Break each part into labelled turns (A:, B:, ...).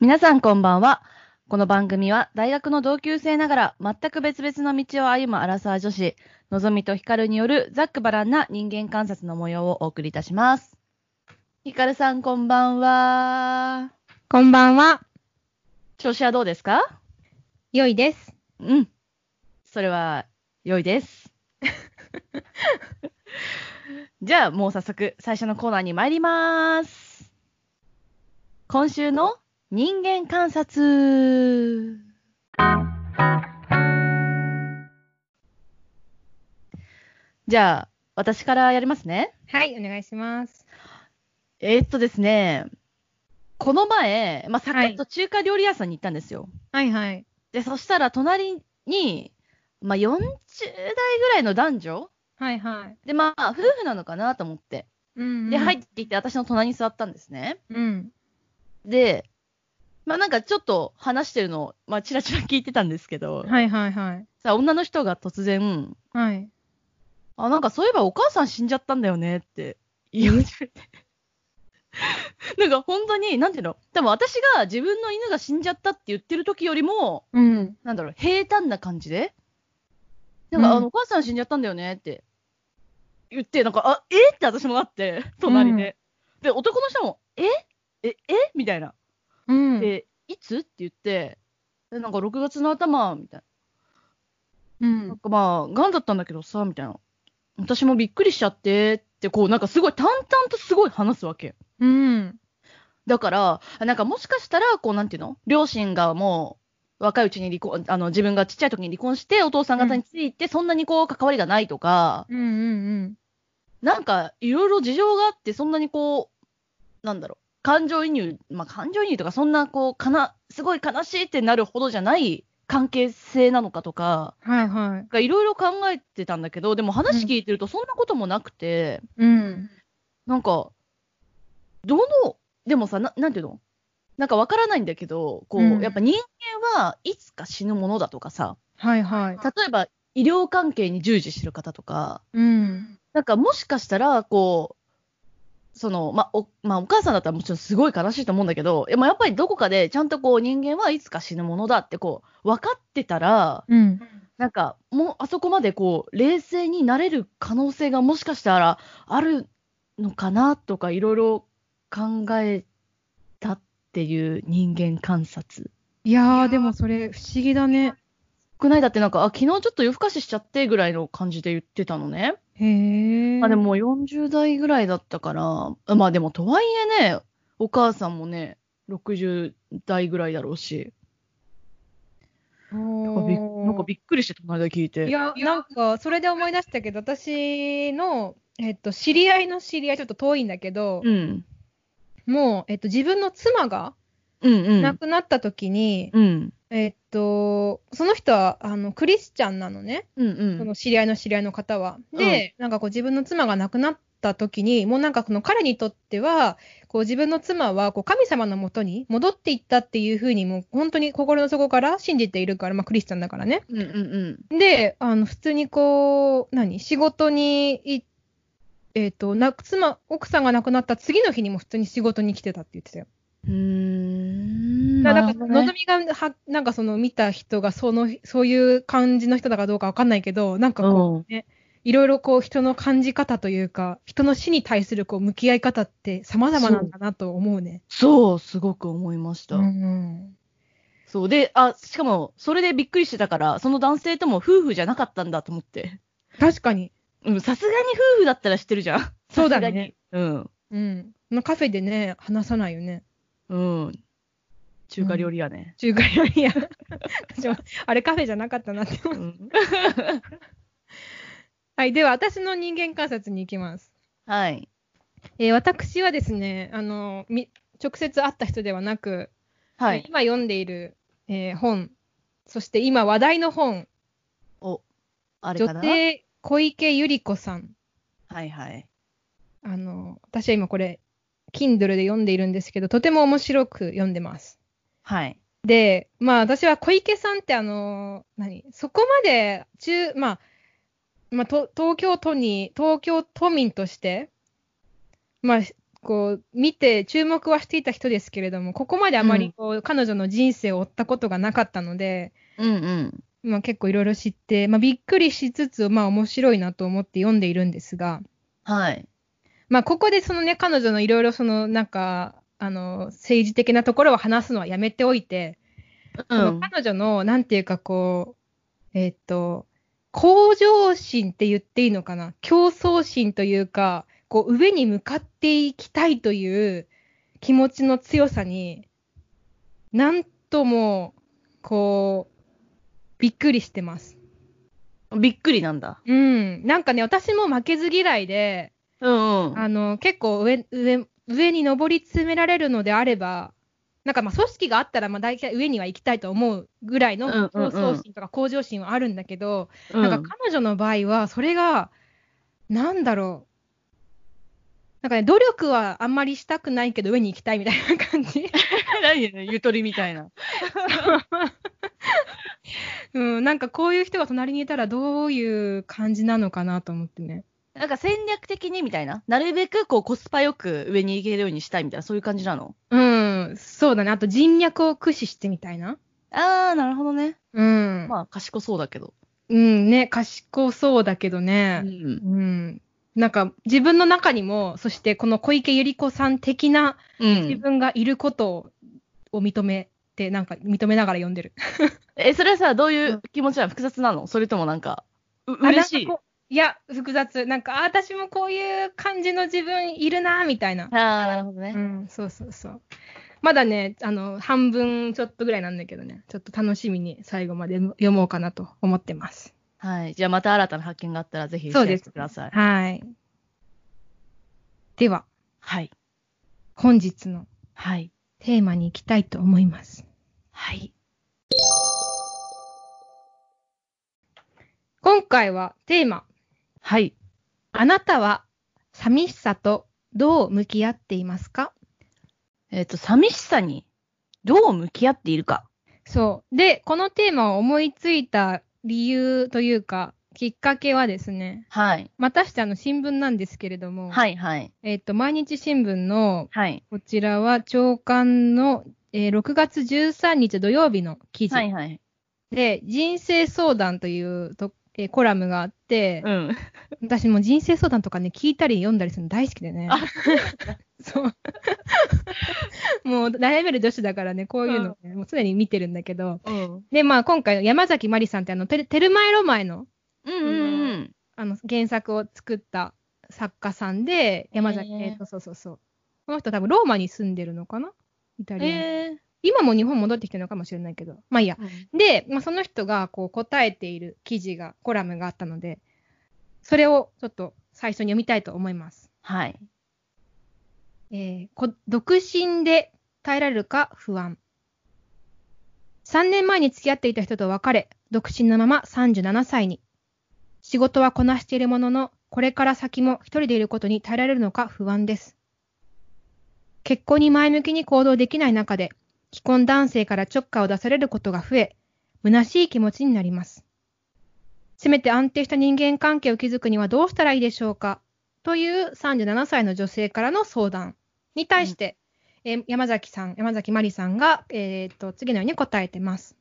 A: 皆さんこんばんは。この番組は大学の同級生ながら全く別々の道を歩むアラサー女子、のぞみとひかるによるざっくばらんな人間観察の模様をお送りいたします。ひかるさんこんばんは。
B: こんばんは。
A: 調子はどうですか
B: よいです。
A: うん。それは良いです。 じゃあもう早速最初のコーナーに参ります。今週の人間観察。じゃあ私からやりますね。
B: はい、お願いします。
A: えーっとですね、この前、まあ、サクッと中華料理屋さんに行ったんですよ。
B: はいはい。
A: で、そしたら隣に、まあ、40代ぐらいの男女
B: はいはい。
A: で、まあ、夫婦なのかなと思って。
B: うん
A: で、入っ。ていって、私の隣に座ったんですね。
B: うん。
A: で、まあ、なんかちょっと話してるのを、まあ、ちらちら聞いてたんですけど、
B: はいはいはい。
A: さ女の人が突然、
B: はい。
A: あ、なんかそういえばお母さん死んじゃったんだよねって言い始めて。 なんか本当に、なんていうの多分私が自分の犬が死んじゃったって言ってる時よりも、
B: うん。
A: なんだろう、平坦な感じで、なんか、
B: うん
A: あのお母さん死んじゃったんだよねって言って、なんか、あえって私もなって、隣で。で、男の人も、えええみたいな。
B: うん。
A: で、いつって言って、でなんか6月の頭、みたい
B: うん
A: な。なんかまあ、癌だったんだけどさ、みたいな。私もびっくりしちゃって、って、こう、なんかすごい淡々とすごい話すわけ。
B: うん。
A: だから、なんかもしかしたら、こう、なんていうの両親がもう、若いうちに離婚、あの、自分がちっちゃい時に離婚して、お父さん方について、そんなにこう、関わりがないとか、
B: うんうん
A: なんか、いろいろ事情があって、そんなにこう、なんだろう、感情移入、まあ、感情移入とか、そんな、こう、かな、すごい悲しいってなるほどじゃない関係性なのかとか、
B: うん。はいはい。
A: いろいろ考えてたんだけど、でも話聞いてると、そんなこともなくて、
B: うん。
A: なんか、どの、でもさ、ななんていうのなんかわからないんだけど、こう、
B: うん
A: やっぱ人間はいつか死ぬものだとかさ、
B: はいはい。
A: 例えば医療関係に従事してる方とか、
B: うん。
A: なんかもしかしたら、こう、その、まあ、お、まあ、お母さんだったらもちろんすごい悲しいと思うんだけど、でもやっぱりどこかでちゃんとこう人間はいつか死ぬものだってこう、分かってたら、
B: うん。
A: なんか、もうあそこまでこう、冷静になれる可能性がもしかしたらあるのかなとか、いろいろ考えたっていう人間観察。
B: いやー、でもそれ不思議だね。
A: 国内だってなんか、あ、昨日ちょっと夜更かししちゃってぐらいの感じで言ってたのね。
B: へえ。
A: まあでももう40代ぐらいだったから、まあでもとはいえね、お母さんもね、60代ぐらいだろうし、なんかびっ
B: おー、
A: なんかびっくりして隣で聞いて。
B: いや、なんか、それで思い出したけど、私の、えっと、知り合いの知り合い、ちょっと遠いんだけど、
A: うん。
B: もう、えっと、自分の妻が
A: うんう
B: 亡
A: ん。
B: くなった時に、
A: うん。
B: えっと、その人はあのクリスチャンなのね、
A: うん
B: そうの知り合いの知り合いの方は。で、なんかこう自分の妻が亡くなった時に、もうなんかこの彼にとっては、こう自分の妻はこう神様のもとに戻っていったっていうふうに、もう本当に心の底から信じているから、まあクリスチャンだからね。
A: ん。うんうんうん。
B: で、あの普通にこう、何、仕事に行っえっとな妻奥さんが亡くなった次の日にも普通に仕事に来てたって言ってたよ。
A: うーん。
B: だか
A: なる
B: ら、なん
A: ほ
B: か
A: ど
B: の
A: ね
B: ぞみがは、なんかその見た人がその、そういう感じの人だかどうかわかんないけど、なんかこう、
A: うん
B: いろいろこう人の感じ方というか、人の死に対するこう向き合い方って様々なんだなと思うね。
A: そう、すごく思いました。
B: うん
A: そう。で、あ、しかも、それでびっくりしてたから、その男性とも夫婦じゃなかったんだと思って。
B: 確かに。
A: うん、さすがに夫婦だったら知ってるじゃん。
B: そうだね
A: さすがに。うん。
B: うん。のカフェでね、話さないよね。
A: うん。中華料理屋ね。
B: 中華料理屋。 私もあれカフェじゃなかったなって思
A: う
B: う。
A: ん。
B: はい。では、私の人間観察に行きます。
A: はい。
B: えー私はですね、あの、み直接会った人ではなく、
A: はい。
B: 今読んでいる、えー本、そして今話題の本、
A: お、あれか
B: 女
A: な
B: 帝小池百合子さん。
A: はいはい。
B: あの、私は今これ、Kindle で読んでいるんですけど、とても面白く読んでます。
A: はい。
B: で、まあ私は小池さんってあの、何そこまで中、まあ、まあ、と東京都に、東京都民として、まあ、こう、見て、注目はしていた人ですけれども、ここまであまりこう、彼女の人生を追ったことがなかったので、
A: うんうん。
B: まあ、結構いろいろ知って、まあ、びっくりしつつ、まあ、面白いなと思って読んでいるんですが、
A: はい。
B: まあ、ここでそのね、彼女のいろいろその、なんか、あの、政治的なところを話すのはやめておいて、
A: う
B: その
A: ん。
B: 彼女の、なんていうかこう、えーっと、向上心って言っていいのかな競争心というか、こう、上に向かっていきたいという気持ちの強さに、なんとも、こう、びっくりしてます。
A: びっくりなんだ。
B: うん。なんかね、私も負けず嫌いで、
A: うんうん。
B: あの、結構上、上、上に上り詰められるのであれば、なんかまあ組織があったら、まあ大体上には行きたいと思うぐらい
A: うんうんうん
B: の競争心とか向上心はあるんだけど、
A: うん
B: なんか彼女の場合は、それが、なんだろう。なんかね、努力はあんまりしたくないけど、上に行きたいみたいな 感じ。
A: 何ね、ゆとりみたいな。
B: うん、なんかこういう人が隣にいたらどういう感じなのかなと思ってね。
A: なんか戦略的にみたいな。なるべくこうコスパよく上に行けるようにしたいみたいな、そういう感じなの
B: うん、そうだね。あと人脈を駆使してみたいな。
A: あー、なるほどね。
B: うん。
A: まあ、賢そうだけど。
B: うんね、賢そうだけど
A: う
B: ね。
A: ん。
B: うん。なんか自分の中にも、そしてこの小池百合子さん的な
A: う
B: 自
A: ん。
B: 分がいることを,、認めて、なんか認めながら読んでる。
A: え、それはさ、どういう気持ちなの複雑なのそれともなんか、う
B: あ
A: 嬉しい
B: なん。かこういや、複雑。なんか、あ、私もこういう感じの自分いるな、みたいな。
A: あー、なるほど
B: う
A: ね。
B: ん、そうそうそう。まだね、あの、半分ちょっとぐらいなんだけどね、ちょっと楽しみに最後まで読もうかなと思ってます。
A: はい。じゃあまた新たな発見があったら、ぜひシ
B: そう
A: ェア
B: です
A: してください。
B: はい。では、
A: はい。
B: 本日の
A: はい。
B: テーマに行きたいと思います。
A: はい。
B: 今回はテーマ、
A: はい。
B: あなたは寂しさとどう向き合っていますか
A: えっ、と、寂しさにどう向き合っているか。
B: そう。で、このテーマを思いついた理由というか、きっかけはですね、
A: はい。
B: またしてあの新聞なんですけれども、
A: はい、はい。
B: えっ、と、毎日新聞の、
A: はい。
B: こちらは朝刊の、えー6月13日土曜日の記事
A: はい、はい。
B: で、人生相談というと、えーコラムがあって、
A: うん。
B: 私も人生相談とかね、聞いたり読んだりするの大好きでね
A: あ。
B: そう。 もう、悩める女子だからね、こういうの、ね、もう常に見てるんだけど。
A: うん。
B: で、まあ、今回、山崎まりさんって、あの、テルテルマエロマエの、
A: うんうんうん。
B: あの、原作を作った作家さんで、山崎、
A: へー
B: えっと、そうそうそう。この人多分、ローマに住んでるのかなイタリアに、
A: え
B: 今も日本戻ってきてるのかもしれないけど。まあ、いいや。で、まあ、その人がこう答えている記事が、コラムがあったので、それをちょっと最初に読みたいと思います。
A: はい。
B: えーこ独身で耐えられるか不安。3年前に付き合っていた人と別れ、独身のまま37歳に。仕事はこなしているものの、これから先も一人でいることに耐えられるのか不安です。結婚に前向きに行動できない中で、既婚男性からちょっかいを出されることが増え、虚しい気持ちになります。せめて安定した人間関係を築くにはどうしたらいいでしょうかという37歳の女性からの相談に対して、えー山崎さん、山崎まりさんが、えーっと次のように答えてます。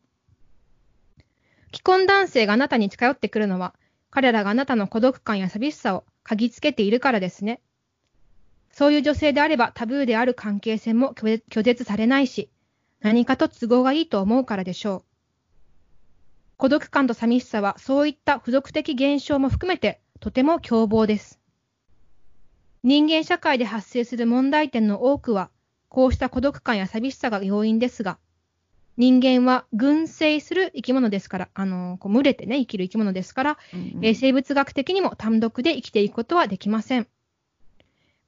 B: 既婚男性があなたに近寄ってくるのは、彼らがあなたの孤独感や寂しさを嗅ぎつけているからですね。そういう女性であればタブーである関係性も拒絶拒絶されないし、何かと都合がいいと思うからでしょう。孤独感と寂しさはそういった付属的現象も含めてとても凶暴です。人間社会で発生する問題点の多くは、こうした孤独感や寂しさが要因ですが、人間は群生する生き物ですから、あのこう群れてね、生きる生き物ですから、えー生物学的にも単独で生きていくことはできません。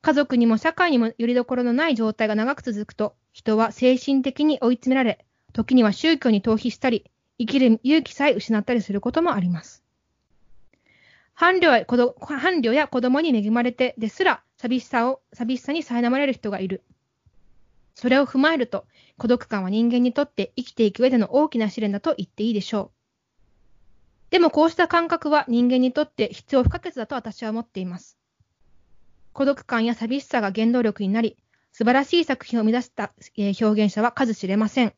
B: 家族にも社会にもよりどころのない状態が長く続くと、人は精神的に追い詰められ、時には宗教に逃避したり、生きる勇気さえ失ったりすることもあります。伴侶や子ど伴侶や子供に恵まれてですら寂しさを、寂しさに苛まれる人がいる。それを踏まえると、孤独感は人間にとって生きていく上での大きな試練だと言っていいでしょう。でもこうした感覚は人間にとって必要不可欠だと私は思っています。孤独感や寂しさが原動力になり、素晴らしい作品を生み出した、えー表現者は数知れません。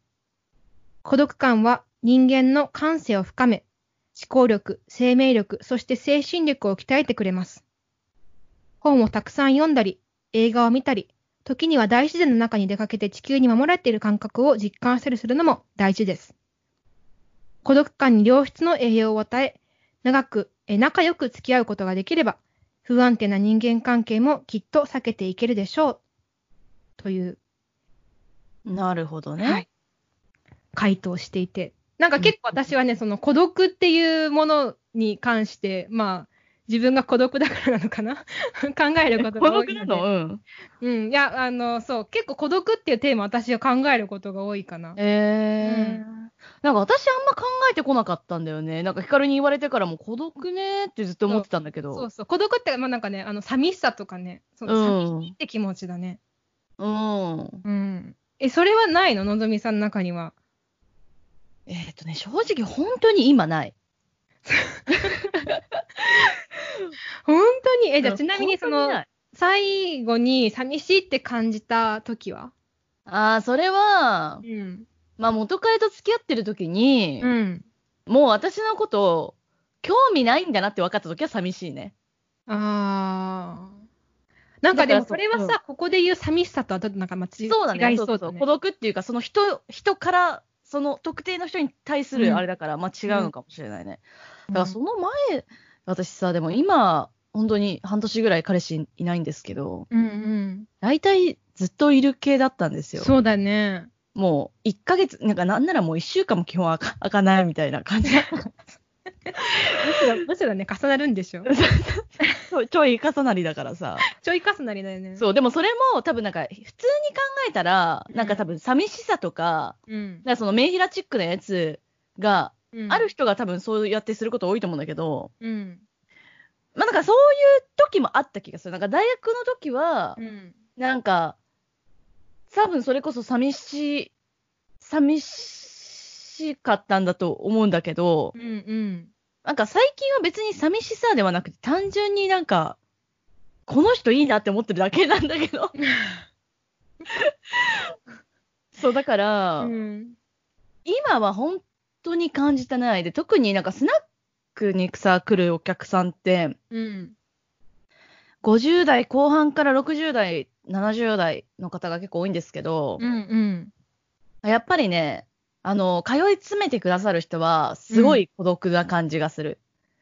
B: 孤独感は人間の感性を深め、思考力、生命力、そして精神力を鍛えてくれます。本をたくさん読んだり、映画を見たり、時には大自然の中に出かけて地球に守られている感覚を実感したりするのも大事です。孤独感に良質の栄養を与え、長く、え仲良く付き合うことができれば、不安定な人間関係もきっと避けていけるでしょう。という
A: なるほどね。
B: はい回答していて、なんか結構私はね、その孤独っていうものに関して、まあ、自分が孤独だからなのかな 考えること
A: 孤
B: が多いので。
A: 独なのうん。
B: うん。いや、あの、そう、結構孤独っていうテーマ私は考えることが多いかな。
A: えーなんか私あんま考えてこなかったんだよね。なんかヒカルに言われてからも孤独ねーってずっと思ってたんだけど。
B: そうそう。孤独って、まあなんかね、あの、寂しさとかね、その寂しいって気持ちだね。
A: うん。うん。
B: うん。え、それはないののぞみさんの中には。
A: えーっとね、正直本当に今ない。
B: 本当にえ、じゃ
A: う
B: あ
A: ん
B: ちなみにそ
A: 本当
B: の、
A: ない
B: 最後に寂しいって感じた時は
A: ああ、それは、
B: うん。
A: まあ元彼と付き合ってる時に、
B: うん。
A: もう私のこと、興味ないんだなって分かった時は寂しいね。
B: あー。なんかでも
A: だか
B: そ
A: ら
B: れは
A: そう
B: さ、ここで言う寂しさとはちょっとなんかまあ違
A: そうだね。
B: 違い
A: そう
B: そ
A: そうう
B: だ
A: そう。
B: ね
A: 孤。独っていうか、その人、人から、その特定の人に対す
B: うん
A: るあれだから、まあ違うのかもしれないね。だからその前、私さ、でも今、本当に半年ぐらい彼氏いないんですけど、
B: うんうん
A: 大体ずっといる系だったんです
B: うん。
A: よ。
B: そうだね。
A: もう1ヶ月、なんかなんならもう1週間も基本開か開かないみたいな 感じ。
B: むしろ、むしろね、重なるんでしょ。
A: そうちょい重なりだからさ。
B: ちょい重なりだよね。う。
A: そう、でもそれも多分なんか普通に考えたら、なんか多分寂しさとか、
B: うん
A: だ。からそのメンヘラチックなやつが、
B: うん
A: ある。人が多分そうやってすること多いと思うんだけど、
B: うん。
A: まあなんかそういう時もあった気がする。なんか大学の時は
B: う、ん。
A: なんか、多分それこそ寂しい、寂しかったんだと思うんだけど
B: う、んうん。
A: なんか最近は別に寂しさではなくて、単純になんか、この人いいなって思ってるだけなんだけ ど。そう、だから、
B: うん。
A: 今は本当に感じてないで、特になんかスナックにさ、来るお客さんって、
B: うん。
A: 50代後半から60代、70代の方が結構多いんですけど
B: う、んうん。
A: やっぱりね、あの、通い詰めてくださる人は、すごい孤独な感じがする。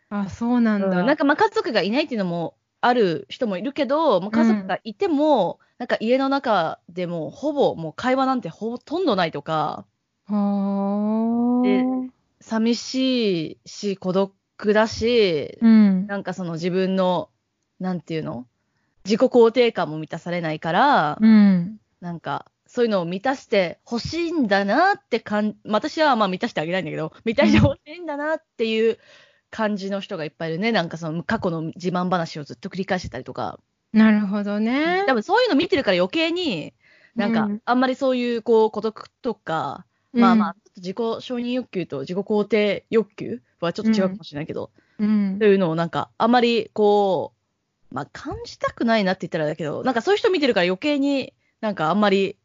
B: あ、そうなんだ。
A: うんなんかまあ家族がいないっていうのもある人もいるけど、まあ、家族がいても、なんか家の中でもうほぼもう会話なんてほとんどないとか、
B: はあ。
A: で寂しいし孤独だし、
B: うん。
A: なんかその自分の、なんていうの自己肯定感も満たされないから、
B: うん。
A: なんかそういうのを満たして欲しいんだなって感じ、私はまあ満たしてあげないんだけど、満たして欲しいんだなっていう感じの人がいっぱいいるね。なんかその過去の自慢話をずっと繰り返してたりとか。
B: なるほどね。
A: 多分そういうの見てるから余計に、なん
B: う
A: か
B: ん、
A: あんまりそういう、こう、孤独とか、まあまあ、ちょっと自己承認欲求と自己肯定欲求はちょっと違うかもしれないけど、
B: うん。
A: というのをなんか、あんまり、こう、まあ感じたくないなって言ったらだけど、なんかそういう人見てるから余計になんかあんまり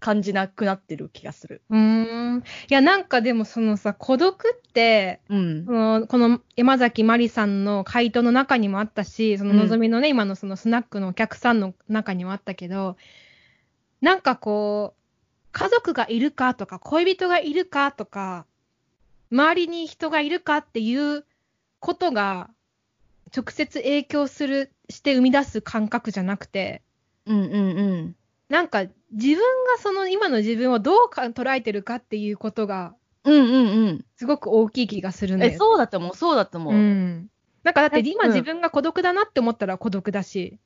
A: 感じなくなってる気がする。
B: うーん。いや、なんかでもそのさ、孤独って、
A: うん
B: そ。のこの山崎まりさんの回答の中にもあったし、そののぞみのね、今のそのスナックのお客さんの中にもあったけど、なんかこう、家族がいるかとか、恋人がいるかとか、周りに人がいるかっていうことが、直接影響する、して生み出す感覚じゃなくて、
A: うんうんうん。
B: なんか自分がその今の自分をどうか捉えてるかっていうことが、
A: うんうん
B: すごく大きい気がする
A: うんん。
B: だよ
A: え、
B: ね
A: そうだと思う、そうだと思う。
B: う
A: うん。
B: ん。なんかだって今
A: うん
B: 自分が孤独だなって思ったら孤独だし、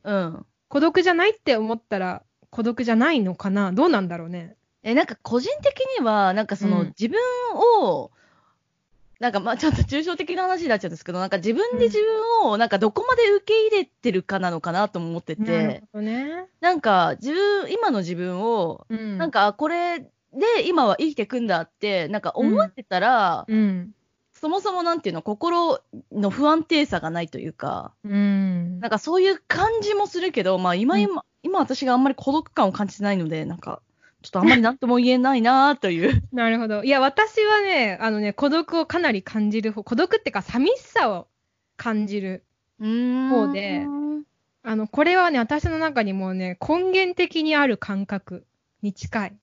B: 孤独じゃないって思ったら孤独じゃないのかなどうなんだろうね。
A: え、なんか個人的には、なんかその、
B: うん
A: 自分を、なんかまあちょっと抽象的な話になっちゃうんですけど、なんか自分
B: うん
A: で自分を、なんかどこまで受け入れてるかなのかなとも思って
B: なる
A: て、
B: ほどね。
A: なんか自分、今の自分を、
B: うん。
A: なん、かあこれで今は生きてくんだって、なんか思ってたら、
B: うん。
A: そもそもなんていうの、心の不安定さがないというか、
B: うん
A: なんかそういう感じもするけど、まあ今、今、今私があんまり孤独感を感じてないので、なんか、ちょっとあんまりなんとも言えないなという。
B: なるほど。いや、私はね、あのね、孤独をかなり感じる方、孤独ってか、寂しさを感じる。
A: うん
B: そうであの、これはね、私の中にもうね、根源的にある感覚に近い。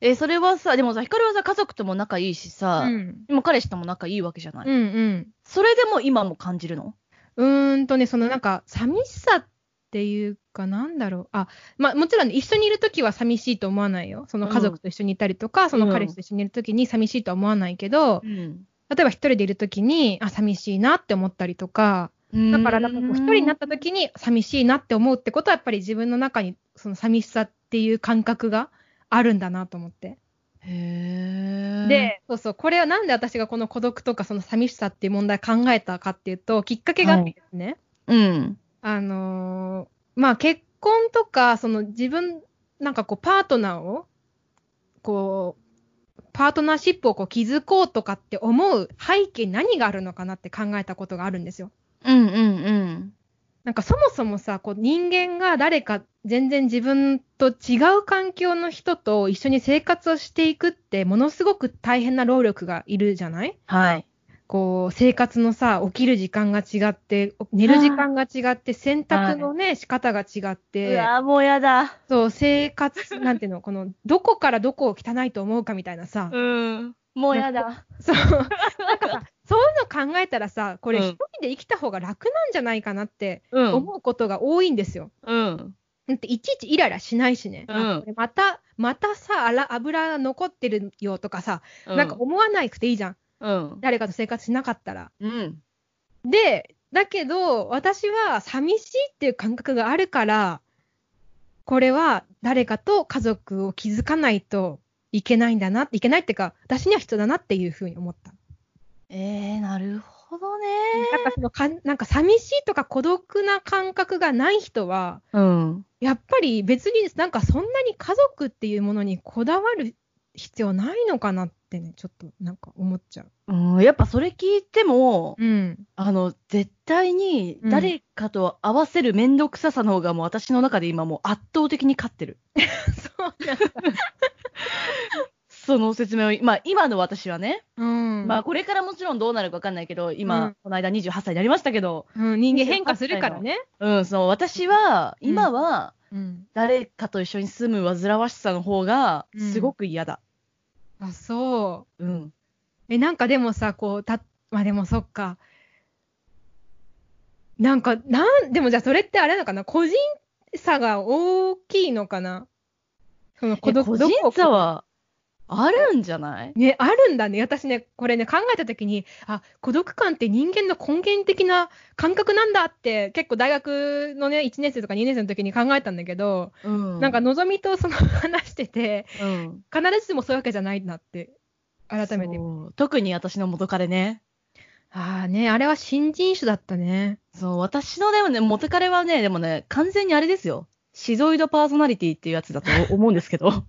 A: えそれはさ、でもさ、ヒカルはさ、家族とも仲いいし
B: う
A: さ、
B: ん。
A: でも彼氏とも仲いいわけじゃない。
B: うんうん。
A: それでも今も感じるの
B: うーんとね、そのなんか、寂しさっていうか、なんだろう。あ、まあ、もちろん、ね、一緒にいるときは寂しいと思わないよ。その家族と一緒にいたりとか、その彼氏と一緒にいるときに寂しいとは思わないけど、
A: ん。
B: 例えば一人でいるときに、あ、寂しいなって思ったりとか、だからなんかこう一人になった時に寂しいなって思うってことはやっぱり自分の中にその寂しさっていう感覚があるんだなと思って。
A: へー、
B: で、そうそう、これはなんで私がこの孤独とかその寂しさっていう問題考えたかっていうと、きっかけがあってですね、
A: うん。
B: あのーまあ結婚とか、その自分、なんかこうパートナーを、こう、パートナーシップをこう築こうとかって思う背景に何があるのかなって考えたことがあるんですよ。
A: うんうんうん。
B: なんかそもそもさ、こう人間が誰か全然自分と違う環境の人と一緒に生活をしていくってものすごく大変な労力がいるじゃない
A: はい。
B: こう生活のさ、起きる時間が違って、寝る時間が違って、洗濯のね、仕方が違って、
A: ー、もうやだ。
B: そう、生活、なんていうの、この、どこからどこを汚いと思うかみたいなさ、
A: うん。もうやだ。
B: そう、なんかさ、そういうの考えたらさ、これ
A: うん
B: 一人で生きた方が楽なんじゃないかなって
A: う
B: 思うことが多いんですよ。
A: うん。
B: だっていちいちイライラしないしね、
A: うん
B: あこれまた、またさ、あら油が残ってるよとかさ、なんか、思わなくていいじゃん、
A: うん。
B: 誰かと生活しなかったら。
A: うん。
B: で、だけど、私は寂しいっていう感覚があるから、これは誰かと家族を築かないといけないんだな、いけないっていうか、私には必要だなっていうふうに思った。
A: えー、なるほどね。
B: なんかそのかんなんか寂しいとか孤独な感覚がない人は、
A: うん。
B: やっぱり別になんかそんなに家族っていうものにこだわる必要ないのかなってね、ちょっとなんか思っちゃう。
A: うん、やっぱそれ聞いても、
B: うん。
A: あの、絶対に
B: うん
A: 誰かと合わせる面倒くささの方がもう私の中で今もう圧倒的に勝ってる。
B: そうなん
A: その説明を、まあ今の私はね、
B: うん。
A: まあこれからもちろんどうなるかわかんないけど、今、
B: うん
A: この間28歳になりましたけど、
B: うん、人間変化するからね。
A: うん、その私は、
B: うん
A: 今は
B: うん。
A: 誰かと一緒に住む煩わしさの方がすごく嫌だ。
B: あ、そ
A: うん。
B: う。え、なんかでもさ、こう、た、まあでもそっか。なんか、なん、でもじゃあそれってあれなのかな個人差が大きいのかなその
A: え
B: 孤独
A: 個人差
B: は
A: はあるんじゃない
B: ね、あるんだね。私ね、これね、考えたときに、あ、孤独感って人間の根源的な感覚なんだって、結構大学のね、1年生とか2年生の時に考えたんだけど、
A: うん
B: なんか、のぞみとその話してて、
A: うん。
B: 必ずしもそういうわけじゃないなって、改めて。
A: そう特に私の元彼ね。
B: ああね、あれは新人種だったね。
A: そう、私のでもね、元彼はね、でもね、完全にあれですよ。シゾイドパーソナリティっていうやつだと 思うんですけど。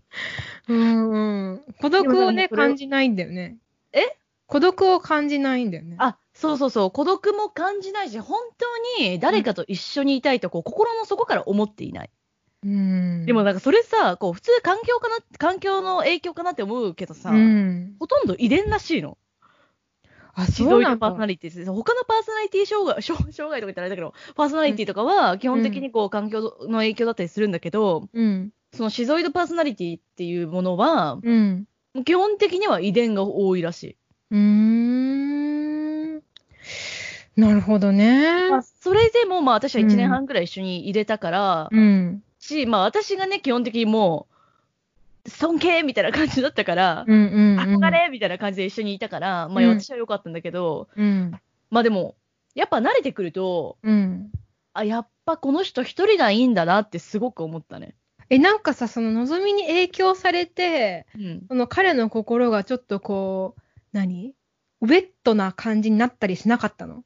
B: うんうん。孤独を
A: でもね
B: ね、
A: これを
B: 感じないんだよね。
A: え
B: 孤独を感じないんだよね。
A: あ、そうそうそう、孤独も感じないし、本当に誰かと一緒にいたいとこう、心の底から思っていない。
B: うん。
A: でもなんかそれさ、こう、普通環境かな、環境の影響かなって思うけどさ、
B: うん。
A: ほとんど遺伝らしいの。
B: あ、
A: シ
B: そ
A: ゾ
B: う
A: イ
B: な
A: ド
B: ん
A: パーソナ
B: だ。
A: リティです。他のパーソナリティ障害、 障障害とか言ったらあれだけど、パーソナリティとかは基本的にこう、環境の影響だったりするんだけど、
B: うん。
A: そのシゾイドパーソナリティっていうものは、
B: うん。
A: 基本的には遺伝が多いらし
B: うーん。なるほど
A: い。
B: ね。
A: まあ、それでも、まあ私は1
B: う
A: 年
B: ん
A: 半くらい一緒に入れたから、
B: うん。
A: し、まあ私がね、基本的にもう、尊敬みたいな感じだったから、
B: うんうん、うん。
A: 憧れみたいな感じで一緒にいたから、まあ
B: うん
A: 私は良かったんだけど、
B: うん。
A: まあでも、やっぱ慣れてくると、
B: うん。
A: あ、やっぱこの人一人がいいんだなってすごく思ったね。
B: え、なんかさ、その望みに影響されて、
A: うん。
B: その彼の心がちょっとこう、何ウェットな感じになったりしなかったの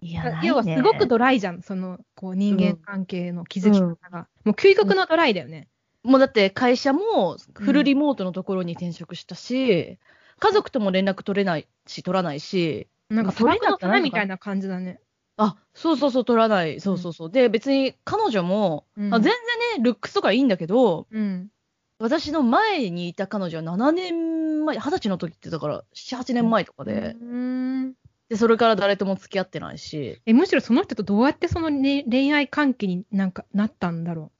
A: いや、ないね
B: 要はすごくドライじゃん、そのこう人間関係の気づき方が。もう究極のドライだよね。
A: もうだって会社もフルリモートのところに転職したし、家族とも連絡取れないし、取らないし、
B: なん
A: まあ
B: か、
A: それ
B: 砂
A: だったら
B: 漠の花
A: なん
B: み
A: か
B: たいな感じだね。
A: あ、そうそうそう、取らない。そうそうそう。で、別に彼女も、
B: うん
A: あ全然ね、ルックスとかいいんだけど、
B: うん。
A: 私の前にいた彼女は7年前、20歳の時ってだから、7、8年前とかで、
B: うーん
A: で、それから誰とも付き合ってない し、
B: え、むしろその人とどうやってその、ね、恋愛関係になんかなったんだろ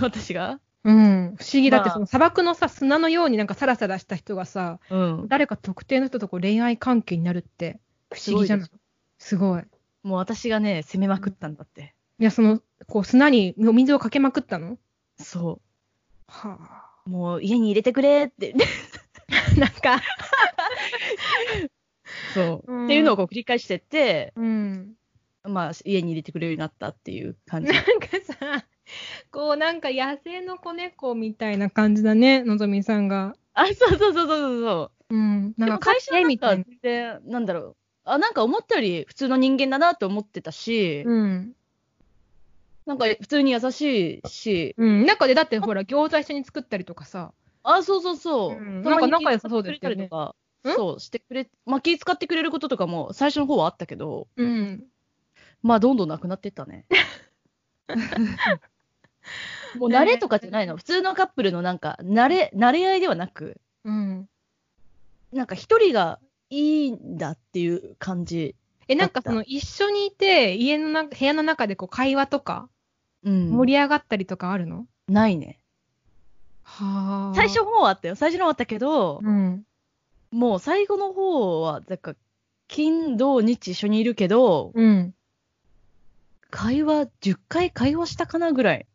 A: 私が
B: う。うん。不思議だって、
A: まあ
B: その砂漠のさ、砂のようになんかサラサラした人がさ、
A: うん。
B: 誰か特定の人とこう恋愛関係になるって不思議じゃない
A: す
B: すごい。い
A: もう私がね、攻めまくったんだって。
B: や、その、こう砂にお水をかけまくったの
A: そ
B: は
A: う。もう家に入れてくれって。
B: あ。なんか、
A: そう
B: うん
A: っていうのをこう繰り返してって、
B: うん。
A: まあ、家に入れてくれるようになったっていう感じ。
B: なんかさ、こうなんか野生の子猫みたいな感じだね、のぞみさんが。
A: あ、そうそうそうそうそうそ
B: うん。
A: う。
B: な
A: で
B: ん
A: も
B: か
A: 会社なん
B: みた
A: か
B: いな。
A: で、なんだろう。あ、なんか思ったより普通の人間だなって思ってたし、
B: うん。
A: なんか普通に優しいし、
B: うん。中でだってほら、餃子一緒に作ったりとかさ。
A: あ、そうそうそう。
B: うん
A: たまに
B: なんか仲良さそうです
A: 気遣ってく
B: よね
A: れたりとか、
B: うん
A: そう、してくれ、まあ気使ってくれることとかも最初の方はあったけど、
B: うん。
A: まあどんどんなくなってった ね。もう慣れとかじゃないの。普通のカップルのなんか、慣れ、慣れ合いではなく、
B: うん。
A: なんか一人がいいんだっていう感じ。
B: え、なんか
A: だ
B: そ
A: った
B: の一緒にいて、家の中、部屋の中でこう会話とか、
A: うん。
B: 盛り上がったりとかあるの、
A: ないね。
B: はあ。
A: 最初の方はあったよ。最初の方はあったけど、
B: うん。
A: もう最後の方は、なんか、金、土、日一緒にいるけど、
B: うん。
A: 会話、10回会話したかなぐらい。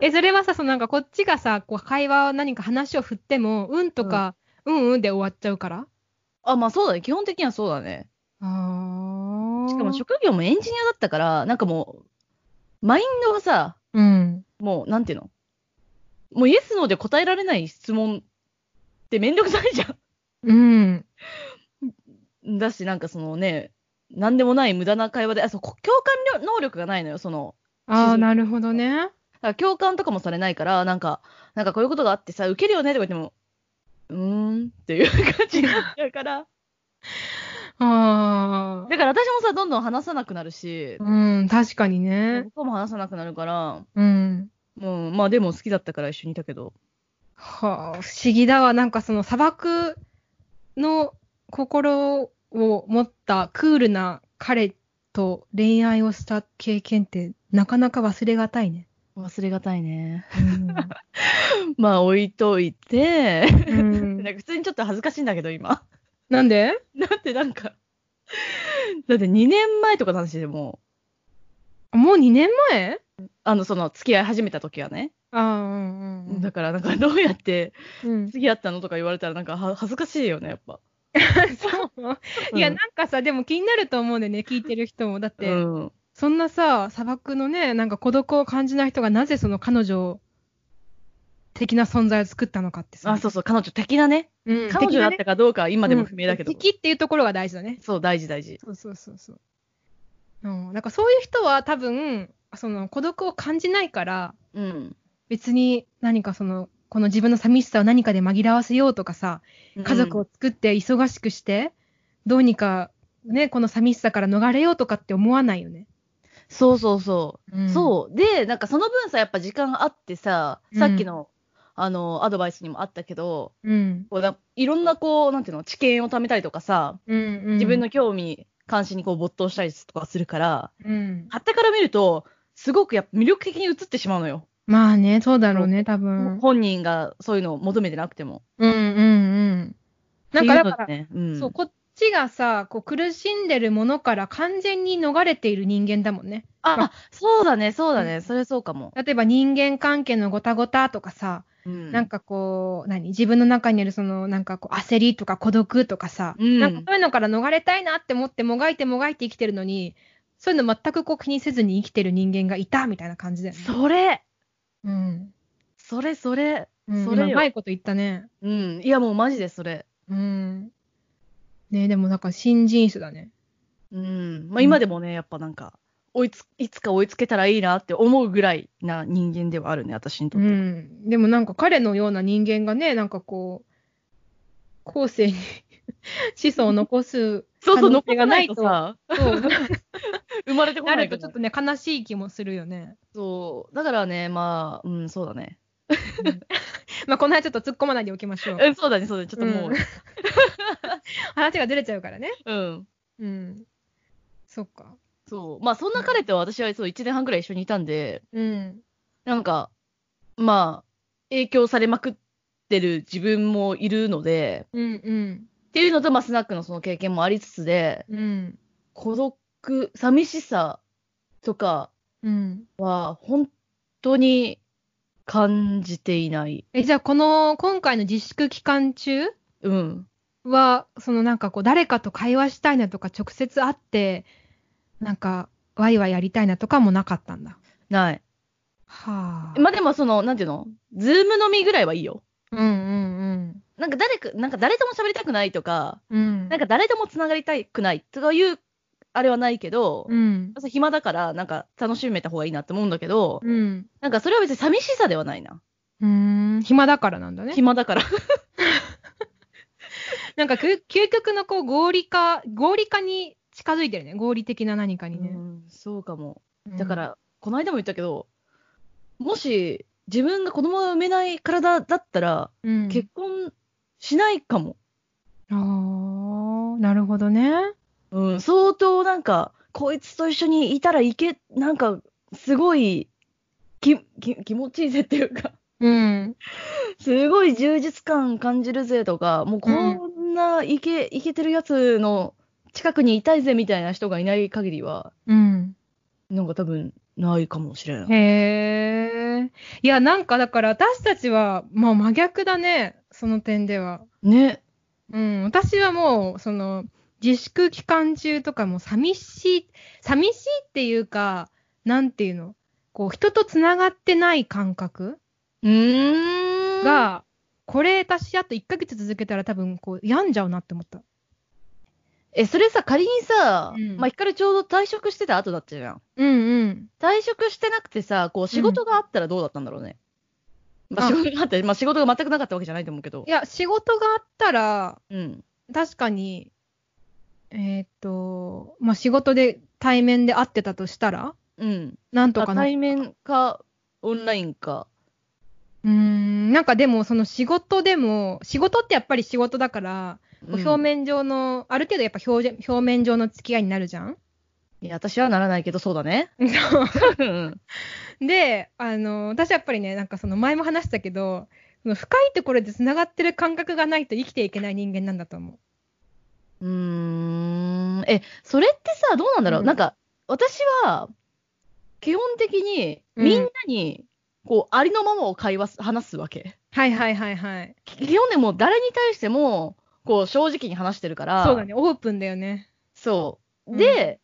B: え、それはさ、そのなんかこっちがさ、こう会話を何か話を振っても、うんとか、うん、うんで終わっちゃうから。
A: あ、まあそうだね。基本的にはそうだね。
B: ああ。
A: しかも職業もエンジニアだったから、なんかもう、マインドがさ、
B: うん。
A: もう、なんていうのもう、イエスので答えられない質問ってめんどくさいじゃ
B: うん。
A: ん。だし、なんかそのね、なんでもない無駄な会話で、あ、そう、こ共感力能力がないのよ、その。
B: ああ、なるほどね。
A: だから共感とかもされないから、なんか、なんかこういうことがあってさ、受けるよねとか言っても、うーんっていう感じになっちゃうから。
B: ああ。
A: だから私もさ、どんどん話さなくなるし、
B: うん、確かにね
A: 向。こうも話さなくなるから、
B: うん。
A: もう、まあでも好きだったから一緒にいたけど。
B: はあ、不思議だわ。なんかその砂漠の心を持ったクールな彼と恋愛をした経験ってなかなか忘れがたいね。
A: 忘れがたいね。
B: う
A: まあ置いといて、
B: ん。
A: なんか普通にちょっと恥ずかしいんだけど、今。
B: なんで
A: だってなんか、だって2年前とかの話でも
B: もう2年前
A: う、あの、その、付き合い始めた時はね。
B: ああ、うんうんうん。
A: だから、なんか、どうやって
B: うん、
A: 付き合ったのとか言われたら、なんかは、恥ずかしいよね、やっぱ。
B: そういや、なんかさ、でも気になると思うんだよね、聞いてる人も。だって、
A: うん。
B: そんなさ、砂漠のね、なんか孤独を感じない人がなぜその彼女的な存在を作ったのかってさ。
A: あ、そうそう、彼女的なね。
B: うん
A: 彼女だったかどうかは今でも不明だけど。
B: うん敵っていうところが大事だね。
A: そう、大事大事。
B: そうそうそうそう。うん、なんかそういう人は多分、その孤独を感じないから、
A: うん。
B: 別に何かその、この自分の寂しさを何かで紛らわせようとかさ、家族を作って忙しくして、どうにかね、この寂しさから逃れようとかって思わないよね。
A: そうそうそう。
B: うん
A: そう。で、なんかその分さ、やっぱ時間あってさ、
B: うん
A: さっきの、あの、アドバイスにもあったけど、
B: うん。
A: こうないろんなこう、なんていうの、知見を貯めたりとかさ、
B: うん、うん。
A: 自分の、興味、関心にこう没頭したりとかするから、
B: うん。
A: はたから見ると、すごくやっぱ魅力的に映ってしまうのよ。
B: まあね、そうだろうね、多分。
A: 本人がそういうのを求めてなくても。
B: うん、うん、うん。なんかだから
A: っ、ていうのってね、うん、
B: そう、こっちがさ、こう苦しんでるものから完全に逃れている人間だもんね。
A: あ、そうだね、そうだね、
B: うん
A: それそうかも。
B: 例えば人間関係のごたごたとかさ、
A: うん
B: なんかこう、何自分の中にあるその、なんかこう、焦りとか孤独とかさ、
A: うん
B: なんかそういうのから逃れたいなって思ってもがいてもがいて生きてるのに、そういうの全くこう気にせずに生きてる人間がいたみたいな感じだよね。
A: それ、
B: うん。
A: それ、それ、
B: うん、
A: それ
B: 今う
A: よ
B: ま。いこと言ったね。
A: うん、いやもうマジでそれ。
B: うん。ねでもなんか新人種だね。
A: うん。まあ今でもね、やっぱなんか、追いつ、いつか追いつけたらいいなって思うぐらいな人間ではあるね、私にと
B: う
A: って。
B: ん。でもなんか彼のような人間がね、なんかこう、後世に 子孫を残す
A: そうそう、
B: 可能
A: 残
B: 性
A: ら
B: が
A: な
B: ないい
A: と
B: と
A: さ、
B: と
A: 生まれてこ
B: な
A: な
B: る
A: いか
B: と
A: ら
B: ちょっとね、悲しい気もするよね。
A: そう。だからね、まあ、うん、そうだね。
B: まあ、この辺ちょっと突っ込まないでおきましょう。
A: うん、そうだね、そうだね。ちょっともう、
B: うん話がずれちゃうからね。
A: うん。
B: うん。そっか。
A: そう。まあ、そんな彼とは私はそう、1年半ぐらい一緒にいたんで、
B: うん。
A: なんか、まあ、影響されまくってる自分もいるので、
B: うんうん。
A: っていうのと、まあ、スナックのその経験もありつつで、
B: うん。
A: 孤独、寂しさとか
B: うん。
A: は、本当に感じていない。
B: え、じゃあ、この、今回の自粛期間中
A: うん。
B: は、そのなんかこう、誰かと会話したいなとか、直接会って、なんか、ワイワイやりたいなとかもなかったんだ。
A: ない。
B: はあ。
A: まあ、でも、その、なんていうのズーム飲みぐらいはいいよ。
B: うんうん
A: なんか誰か、なんか誰とも喋りたくないとか、
B: うん。うん。
A: なんか誰とも繋がりたくないとかいう、あれはないけど、
B: うん。
A: 朝暇だから、なんか楽しめた方がいいなって思うんだけど、
B: うん。
A: なんかそれは別に寂しさではないな。
B: うーん。暇だからなんだね。
A: 暇だから。
B: なんかく、究極のこう、合理化、合理化に近づいてるね。合理的な何かにね。
A: うんそうかも。
B: うん
A: だか、ら、この間も言ったけど、もし自分が子供が産めない体だったら、
B: うん、
A: 結婚しないかも。
B: ああ、なるほどね。
A: うん、相当なんか、こいつと一緒にいたらいけ、なんか、すごい、き、き、気持ちいいぜっていうか。
B: うん。
A: すごい充実感感じるぜとか、もうこんなイケ、イケてるやつの近くにいたいぜみたいな人がいない限りは、
B: うん。
A: なんか多分ないかもしれない。
B: へえ。いや、なんかだから私たちは、まあ真逆だね。その点では。
A: ね。
B: うん。私はもう、その、自粛期間中とかも寂しい、寂しいっていうか、なんていうのこう、人とつながってない感覚
A: うーん。、
B: が、これ私あと1ヶ月続けたら多分、こう、病んじゃうなって思った。
A: え、それさ、仮にさ、
B: うん
A: まあ、ひかるちょうど退職してた後だったじゃん。
B: うんうん。
A: 退職してなくてさ、こう仕事があったらどうだったんだろうね。まあ、
B: あ
A: 仕事があった、まあ、仕事が全くなかったわけじゃないと思うけど
B: い。や、仕事があったら、
A: うん。
B: 確かに、えーっ、と、まあ、仕事で対面で会ってたとしたら、
A: うん。
B: なんと
A: あ
B: かな。う
A: 対面か、オンラインか。
B: ーん、なんかでも、その仕事でも、仕事ってやっぱり仕事だから、こう
A: うん
B: 表面上の、ある程度やっぱ表じ表面上の付き合いになるじゃん
A: いや、私はならないけど、そうだ ね。うん
B: で、あの、私はやっぱりね、なんかその前も話したけど、その深いところで繋がってる感覚がないと生きていけない人間なんだと思う。
A: うーん。え、それってさ、どうなんだろう、
B: うん
A: なんか、私は、基本的に、
B: うん
A: みんなに、こう、ありのままを会話す、話すわけ。
B: はいはいはいはい。
A: き基本でもう誰に対しても、こう、正直に話してるから。
B: そうだね、オープンだよね。
A: そう。
B: うん
A: で、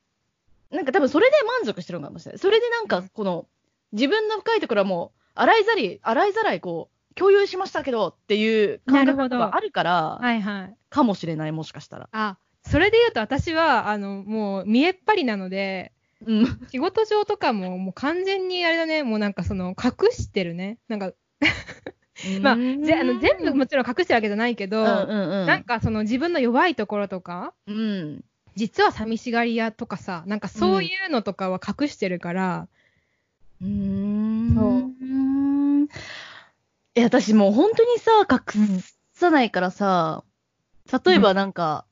A: なんか多分それで満足してるのかもしれない。それでなん
B: う
A: か
B: ん、
A: この、自分の深いところはもう、洗いざり、洗いざらい、こう、共有しましたけどっていう感
B: な
A: 覚
B: る
A: が
B: ほど
A: あるから、
B: はいはい。
A: かもしれない、もしかしたら。
B: あ、それで言うと私は、あの、もう見えっ張りなので、
A: うん。
B: 仕事上とかも、もう完全にあれだね、もうなんかその、隠してるね。なんか、まあ、ぜあの全部もちろん隠してるわけじゃないけど、
A: うんうんうん、
B: なんかその自分の弱いところとか、
A: うん。
B: 実は寂しがり屋とかさ、なんかそういうのとかは隠してるから、
A: うーん。
B: そう
A: う。え、私もう本当にさ、隠さないからさ、例えばなんか、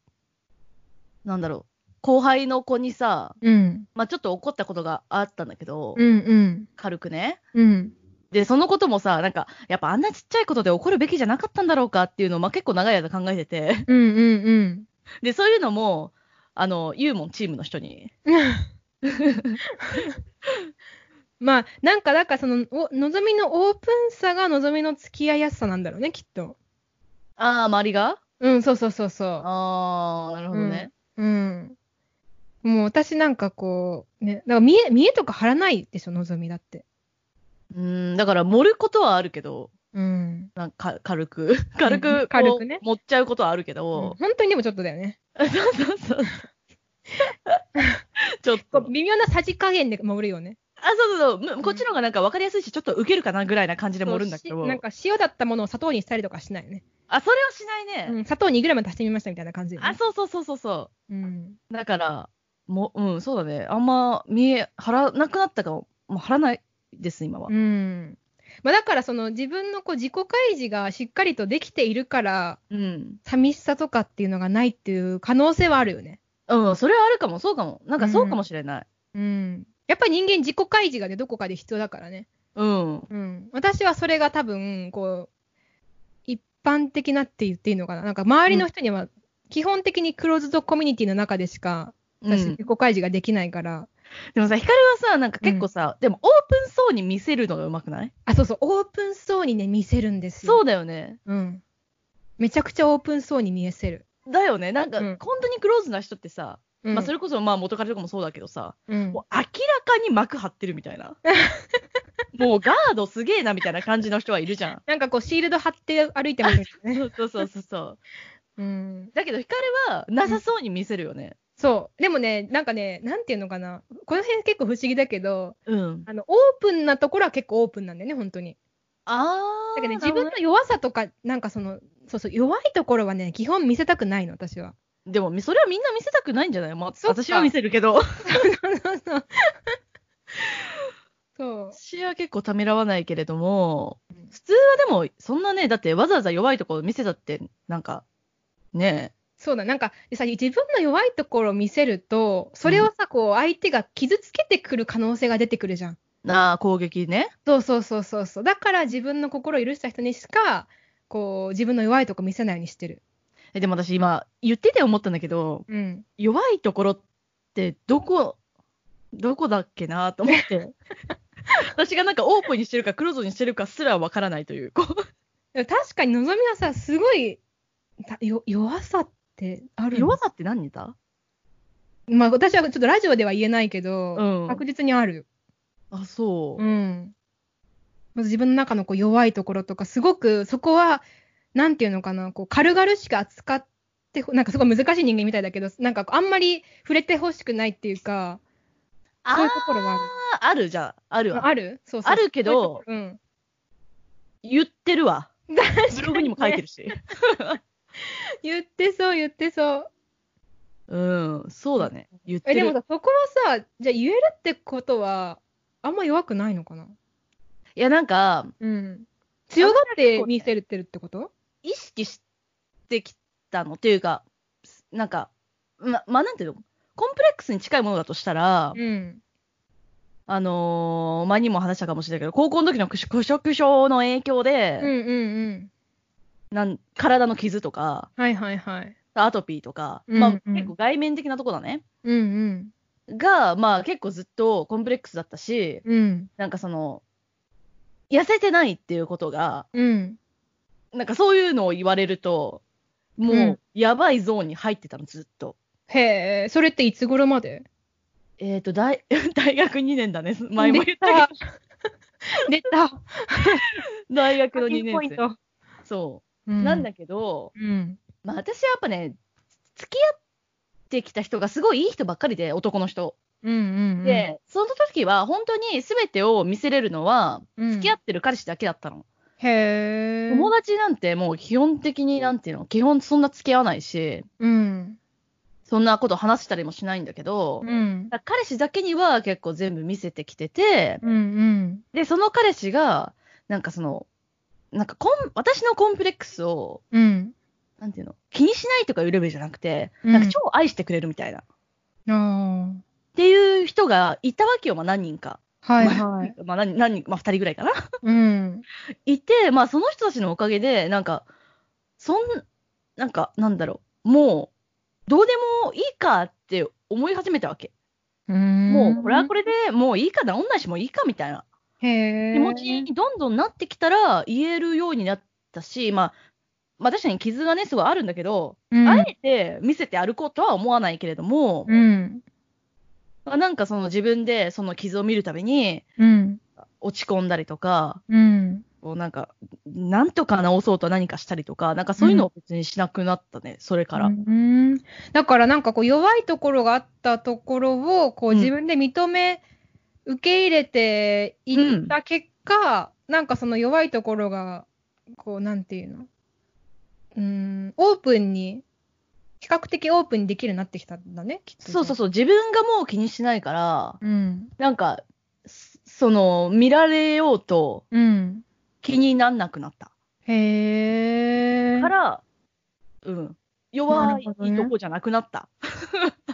A: なんだろう、後輩の子にさ、
B: うん、
A: まあちょっと怒ったことがあったんだけど、
B: うん、うん、
A: 軽くね。
B: うん、
A: で、そのこともさ、なんか、やっぱあんなちっちゃいことで怒るべきじゃなかったんだろうかっていうのを、まあ結構長い間考えてて、
B: うん、うん、
A: で、そういうのも、あの、ユーモンチームの人に、
B: うん。まあ、なんか、だからその、お、望みのオープンさが望みの付き合いやすさなんだろうね、きっと。
A: ああ、周りが
B: うん、そうそうそうそ
A: ああ、なるほどね。
B: う。うん。もう私なんかこう、ね、だから見え、見えとか張らないでしょ、のぞみだって。
A: うん、だから、盛ることはあるけど、
B: うん。
A: なんかか軽く、軽く、こう
B: 軽くね
A: 持っちゃうことはあるけ
B: 本
A: ど、
B: 当にでもちょっとだよね。
A: そうそうそう。ちょっ
B: ことう、微妙なさじ加減で守るよね。
A: あ、そうそうそうむ。こっちの方がなんか分かりやすいし、ちょっと受けるかなぐらいな感じで盛るんだけ
B: そう
A: ど。
B: しなんか塩だったものを砂糖にしたりとかしないよね。
A: あ、それはしないね。
B: うん、砂糖 2g 足してみましたみたいな感じよね、
A: あ、そうそうそうそうそ
B: うん。
A: う。だから、もう、うん、そうだね。あんま見え、張らなくなったかも、もう張らないです、今は。
B: うん。まあ、だからその自分のこう自己開示がしっかりとできているから、
A: うん。
B: 寂しさとかっていうのがないっていう可能性はあるよね。
A: うん、それはあるかも、そうかも。なんかそうかもしれない。
B: うん。やっぱり人間自己開示がね、どこかで必要だからね。
A: うん。
B: うん。私はそれが多分、こう、一般的なって言っていいのかな。なんか周りの人には、基本的にクローズドコミュニティの中でしか、
A: うん
B: 私、自己開示ができないから、
A: でもさ、ヒカルはさ、なんか結構さ、でもオープンそうに見せるのがうまくない、
B: あ、そうそう、オープンそうにね、見せるんですよ。
A: そうだよね。
B: うん。めちゃくちゃオープンそうに見えせる。
A: だよね。なんか、
B: うん
A: 本当にクローズな人ってさ、
B: うん、
A: まあそれこそまあ元彼とかもそうだけどさ、
B: うん
A: もう明らかに幕張ってるみたい な。もうガードすげえなみたいな感じの人はいるじゃん。
B: なんかこう、シールド貼って歩いてますよ ね。
A: そうそうそうそうそう。
B: うん。
A: だけどヒカルはなさそうに見せるよね。
B: そう。でもね、なんかね、なんていうのかな。この辺結構不思議だけど、
A: うん。
B: あの、オープンなところは結構オープンなんだよね、本当に。
A: あー。
B: だからね、
A: なる
B: 自
A: ほど
B: 分の弱さとか、なんかその、そうそう、弱いところはね、基本見せたくないの、私は。
A: でもそれはみんな見せたくないんじゃない、まあ、
B: そっか
A: 私は見せるけど。
B: そうそう。そう。
A: 私は結構ためらわないけれども、普通はでも、そんなね、だってわざわざ弱いところ見せたって、なんか、ね
B: そうだ、なんかさ、自分の弱いところを見せると、それをさ、こう、相手が傷つけてくる可能性が出てくるじゃん。
A: え、なあ、攻撃ね。
B: そうそうそうそうそう。だから自分の心を許した人にしか、こう、自分の弱いとこ見せないようにしてる。
A: えでも私今、言ってて思ったんだけど、
B: うん。
A: 弱いところって、どこ、どこだっけなと思 って。私がなんかオープンにしてるか、クローズにしてるかすらわからないと いう。こう
B: でも確かに、のぞみはさ、すごい、たよ弱さってあるの
A: 弱さって何だ
B: まあ、私はちょっとラジオでは言えないけど、
A: うん
B: 確実にある。
A: あ、そう。
B: うん。まず自分の中のこう弱いところとか、すごくそこは、なんていうのかな、こう軽々しく扱ってほ、なんかすごい難しい人間みたいだけど、なんかこうあんまり触れてほしくないっていうか、そういうところがあ
A: あーあるじゃん。ある
B: る。
A: わ。
B: あるそうそう
A: あるけど
B: そういうとこ
A: 言ってる わ。
B: ろうん。
A: ブログにも書いてるし。
B: 言ってそう、言ってそう。
A: うん、そうだね。言って
B: え、
A: る。
B: でもさ、そこはさ、じゃあ言えるってことは、あんま弱くないのかない
A: や、なんか、
B: うん。強がって見せてるってこと
A: 意識してきたのっていうか、なんか、ま、まあ、なんていうのコンプレックスに近いものだとしたら、
B: うん。
A: あのー前にも話したかもしれないけど、高校の時の苦食症の影響
B: う
A: で
B: ん、うんうん。
A: なん体の傷とか、
B: はいはいはい。
A: アトピーとか、
B: うん
A: まあ、
B: うん
A: 結構外面的なとこだね。
B: うんうん。
A: が、まあ、結構ずっとコンプレックスだったし、
B: うん。
A: なんかその、痩せてないっていうことが、
B: うん。
A: なんかそういうのを言われると、もう、
B: うん
A: やばいゾーンに入ってたの、ずっと。
B: へえ、それっていつ頃まで
A: えっ、と、大、 大学2年だね。前も言ったけど、
B: 出た。
A: 大学の
B: 確
A: 2
B: 認ポイ
A: 年
B: ン
A: 生。
B: ト。
A: そうう。
B: ん
A: なんだけど、
B: うん。
A: まあ私はやっぱね、付き合ってきた人がすごいいい人ばっかりで、男の人。
B: うんうん。
A: で、その時は本当に全てを見せれるのは、
B: うん、
A: 付き合ってる彼氏だけだったの。
B: へえ。
A: 友達なんてもう基本的になんていうの、基本そんな付き合わないし、
B: うん。
A: そんなこと話したりもしないんだけど、
B: うん。
A: だから彼氏だけには結構全部見せてきてて、
B: うんうん。
A: で、その彼氏が、なんかその、なんかコン、私のコンプレックスを、
B: うん。
A: なんていうの、気にしないとかいうレベルじゃなくて、
B: うん
A: なんか超愛してくれるみたいな。っ
B: あ
A: ていう人がいたわけよ、まあ何人か。
B: あ。はいはい。
A: まあ何、何人、まあ二人ぐらいかな。
B: うん。
A: いて、まあその人たちのおかげで、なんか、そん、なんか、なんだろう、もう、どうでもいいかって思い始めたわけ。
B: うん
A: もう、これはこれでもういいか、治んないし、もういいかみたいな。
B: れ。へえ。
A: 気持ちにどんどんなってきたら言えるようになったし、まあ、まあ確かに傷がね、すごいあるんだけど、
B: うん。
A: あえて見せて歩こうとは思わないけれども、
B: うん。
A: まあなんかその自分でその傷を見るたびに
B: うん。
A: 落ち込んだりとか、
B: うん。
A: こうなんか、なんとか治そうと何かしたりとか、なんかそういうのを別にしなくなったね、それから。
B: うん。だからなんかこう弱いところがあったところを、こう
A: うん
B: 自分で認め受け入れていった結果、なんかその弱いところが、こう、なんていうのうーん、オープンに、比較的オープンにできるようになってきたんだね、きっとね。
A: そうそうそう、自分がもう気にしないから、
B: うん。
A: なんか、そその、見られようと
B: うん。
A: 気になんなくなった。
B: へえ。
A: から、うん。弱い
B: なるほどね
A: とこじゃなくなった。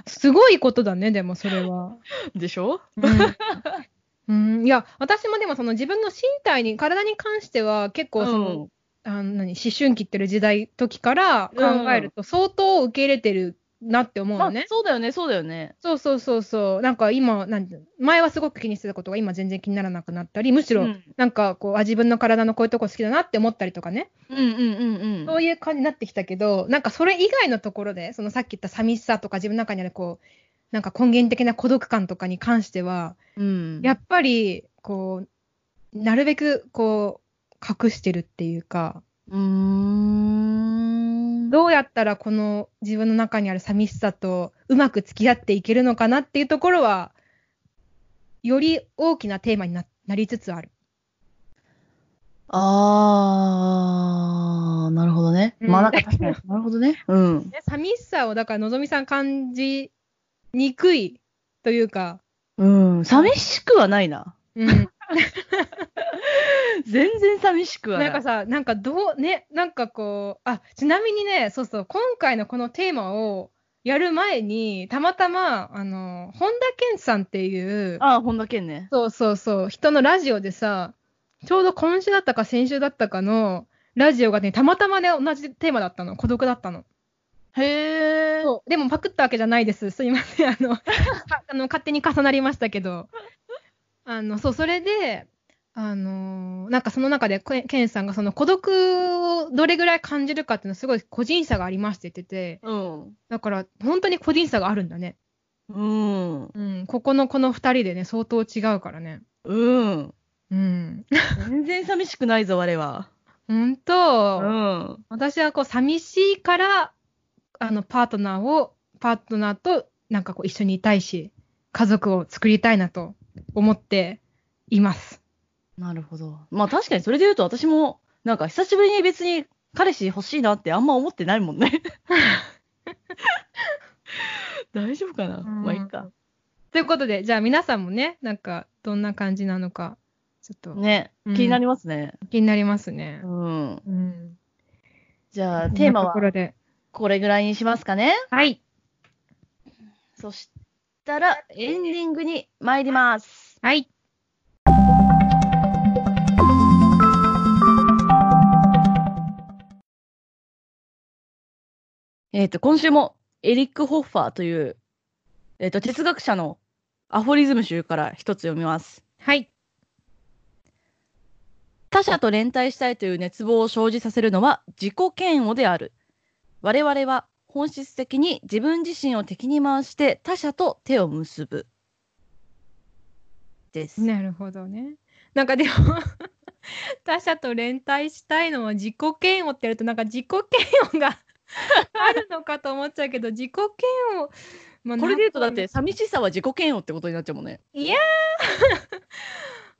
B: すごいことだね、でもそ れは。
A: でしょ
B: うん、うんいや、私もでもその自分の身体に、体に関しては結構その、
A: うん
B: あの何思春期ってる時代、時から考えると相当受け入れてるなって思う
A: ま
B: の
A: あ
B: ね。
A: そうだよね、そうだよね。
B: そうそうそうそう。なんか今、なんていうの前はすごく気にしてたことが今全然気にならなくなったり、むし
A: う
B: ろ、
A: ん
B: なんかこう、あ、自分の体のこういうとこ好きだなって思ったりとかね。
A: うんうんうんう
B: そういう感じになってきたけど、なんかそれ以外のところで、そのさっき言った寂しさとか自分の中にあるこう、なんか根源的な孤独感とかに関しては、
A: ん。うん。
B: やっぱり、こう、なるべく、こう、隠してるっていうか、
A: うーん。
B: どうやったらこの自分の中にある寂しさとうまく付き合っていけるのかなっていうところは、より大きなテーマにななりつつある。
A: あー、なるほどね。
B: うん
A: まあなんか確かに。 なるほどね。うん。
B: ね寂しさを、だから、のぞみさん感じにくいというか、
A: うん。寂しくはないな。
B: うん、
A: 全然寂しくはな。
B: ないんかさ、なんかどう、ね、なんかこう、あ、ちなみにね、そうそう、今回のこのテーマをやる前に、たまたま、あの、本田健さんっていう、
A: ああ、本田健ね。
B: そうそうそう、人のラジオでさ、ちょうど今週だったか先週だったかの、ラジオがね、たまたまね、同じテーマだったの。孤独だったの。
A: へえ。
B: そう。でもパクったわけじゃないです。すいません。あの、か あの勝手に重なりましたけど。あの、そう、それで、あのーなんかその中で、ケンケンさんがその孤独をどれぐらい感じるかっていうのはすごい個人差がありますって言ってて、
A: うん。
B: だから本当に個人差があるんだね。
A: うん。
B: うん。ここのこの二人でね、相当違うからね。
A: うん。
B: うん。
A: 全然寂しくないぞ、我は。
B: 本当、
A: うん。
B: 私はこう寂しいからあのパートナーをパートナーとなんかこう一緒にいたいし家族を作りたいなと思っています。
A: なるほど。まあ確かにそれで言うと私も、なんか久しぶりに別に彼氏欲しいなってあんま思ってないもん ね。大丈夫かな、
B: うん
A: まあいいか。
B: ということでじゃあ皆さんもねなんかどんな感じなのかちょっと
A: ね、
B: うん
A: 気になりますね。
B: 気になりますね
A: う。ん。
B: うん、
A: じゃあテーマ
B: こん
A: は
B: なところで
A: これぐらいにしますかね。
B: はい
A: そしたらエンディングに参ります。
B: はい
A: えっ、と、今週もエリック・ホッファーという、えっ、と、哲学者のアフォリズム集から一つ読みます。
B: はい
A: 他者と連帯したいという熱望を生じさせるのは自己嫌悪である。我々は本質的に自分自身を敵に回して他者と手を結ぶ。です。
B: なるほどね。なんかでも 他者と連帯したいのは自己嫌悪ってやるとなんか自己嫌悪 があるのかと思っちゃうけど自己嫌悪、まあ
A: これで言うとだ
B: な
A: っ
B: ん
A: て寂しさは自己嫌悪ってことになっちゃうもんね。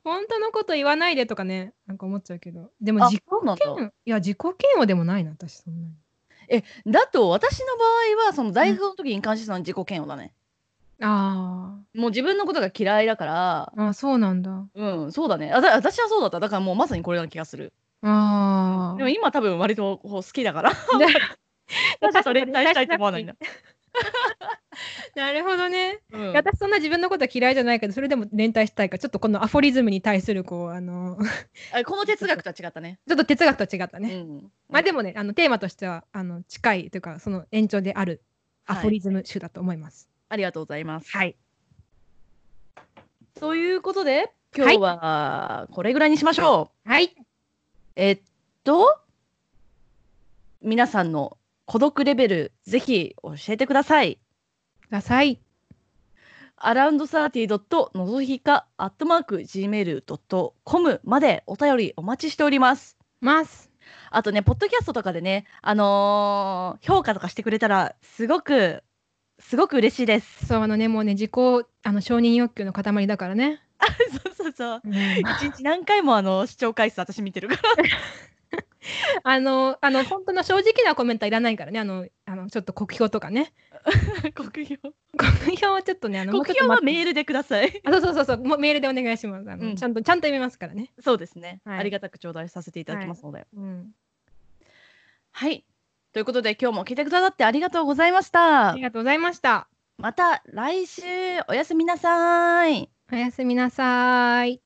B: 本当のこと言わないでとかねなんか思っちゃうけどでも
A: あ
B: 自己
A: そうなん
B: 嫌
A: だ。
B: 悪いや自己嫌悪でもないな私そんなに。
A: だと私の場合はその大学の時に関してたの自己嫌悪だね。
B: あ
A: もう自分のことが嫌いだから、
B: ーあそうなんだ。
A: うん、そうだね。あだ私はそうだった。だからもうまさにこれな気がする。
B: ああ。
A: でも今多分割とこう好きだ から、
B: じゃ
A: 他者と連帯したいと思わないんだ。
B: なるほどね。
A: うん
B: いや私そんな自分のことは嫌いじゃないけどそれでも連帯したいからちょっとこのアフォリズムに対するこうあの ち
A: あこの哲学とは違ったね。
B: ょっと哲学とは違ったね。
A: うん
B: まあでもね、あのテーマとしてはあの近いというか、その延長であるア
A: はい
B: フォリズム集だと思います。
A: ありがとうございます。
B: はい。
A: ということで、今日はこれぐらいにしましょ
B: はい。
A: う。えっと、皆さんの孤独レベル、ぜひ教えてください。
B: ください。
A: アラウンドサーティドットのぞひかアットマーク Gmail.com までお便りお待ちしております。
B: ます。
A: あとね、ポッドキャストとかでね、あのー評価とかしてくれたら、すごく、すごく嬉しいです。
B: そう、あのね、もうね、自己あの承認欲求の塊だからね。
A: そうそうそう。
B: うん
A: 一日何回もあの視聴回数私見てるから。
B: あの、あの、本当の正直なコメントはいらないからね、あの、あのちょっと酷評とかね。
A: 国評。
B: 酷評はちょっとね、あの、もうちょ
A: 国
B: っと
A: 評は
B: 待って
A: メールでください。
B: あ、そうそうそうそう、もうメールでお願いします。あ
A: う
B: の
A: ん
B: ちゃんと、ちゃんと読みますからね。
A: そうですね、
B: はい
A: ありがたく頂戴させていただきますので。はい。
B: うん。
A: ということで今日も聞いてくださってありがとうございました
B: あり。がとうございました。
A: また来週おやすみなさーい。
B: おやすみなさーい。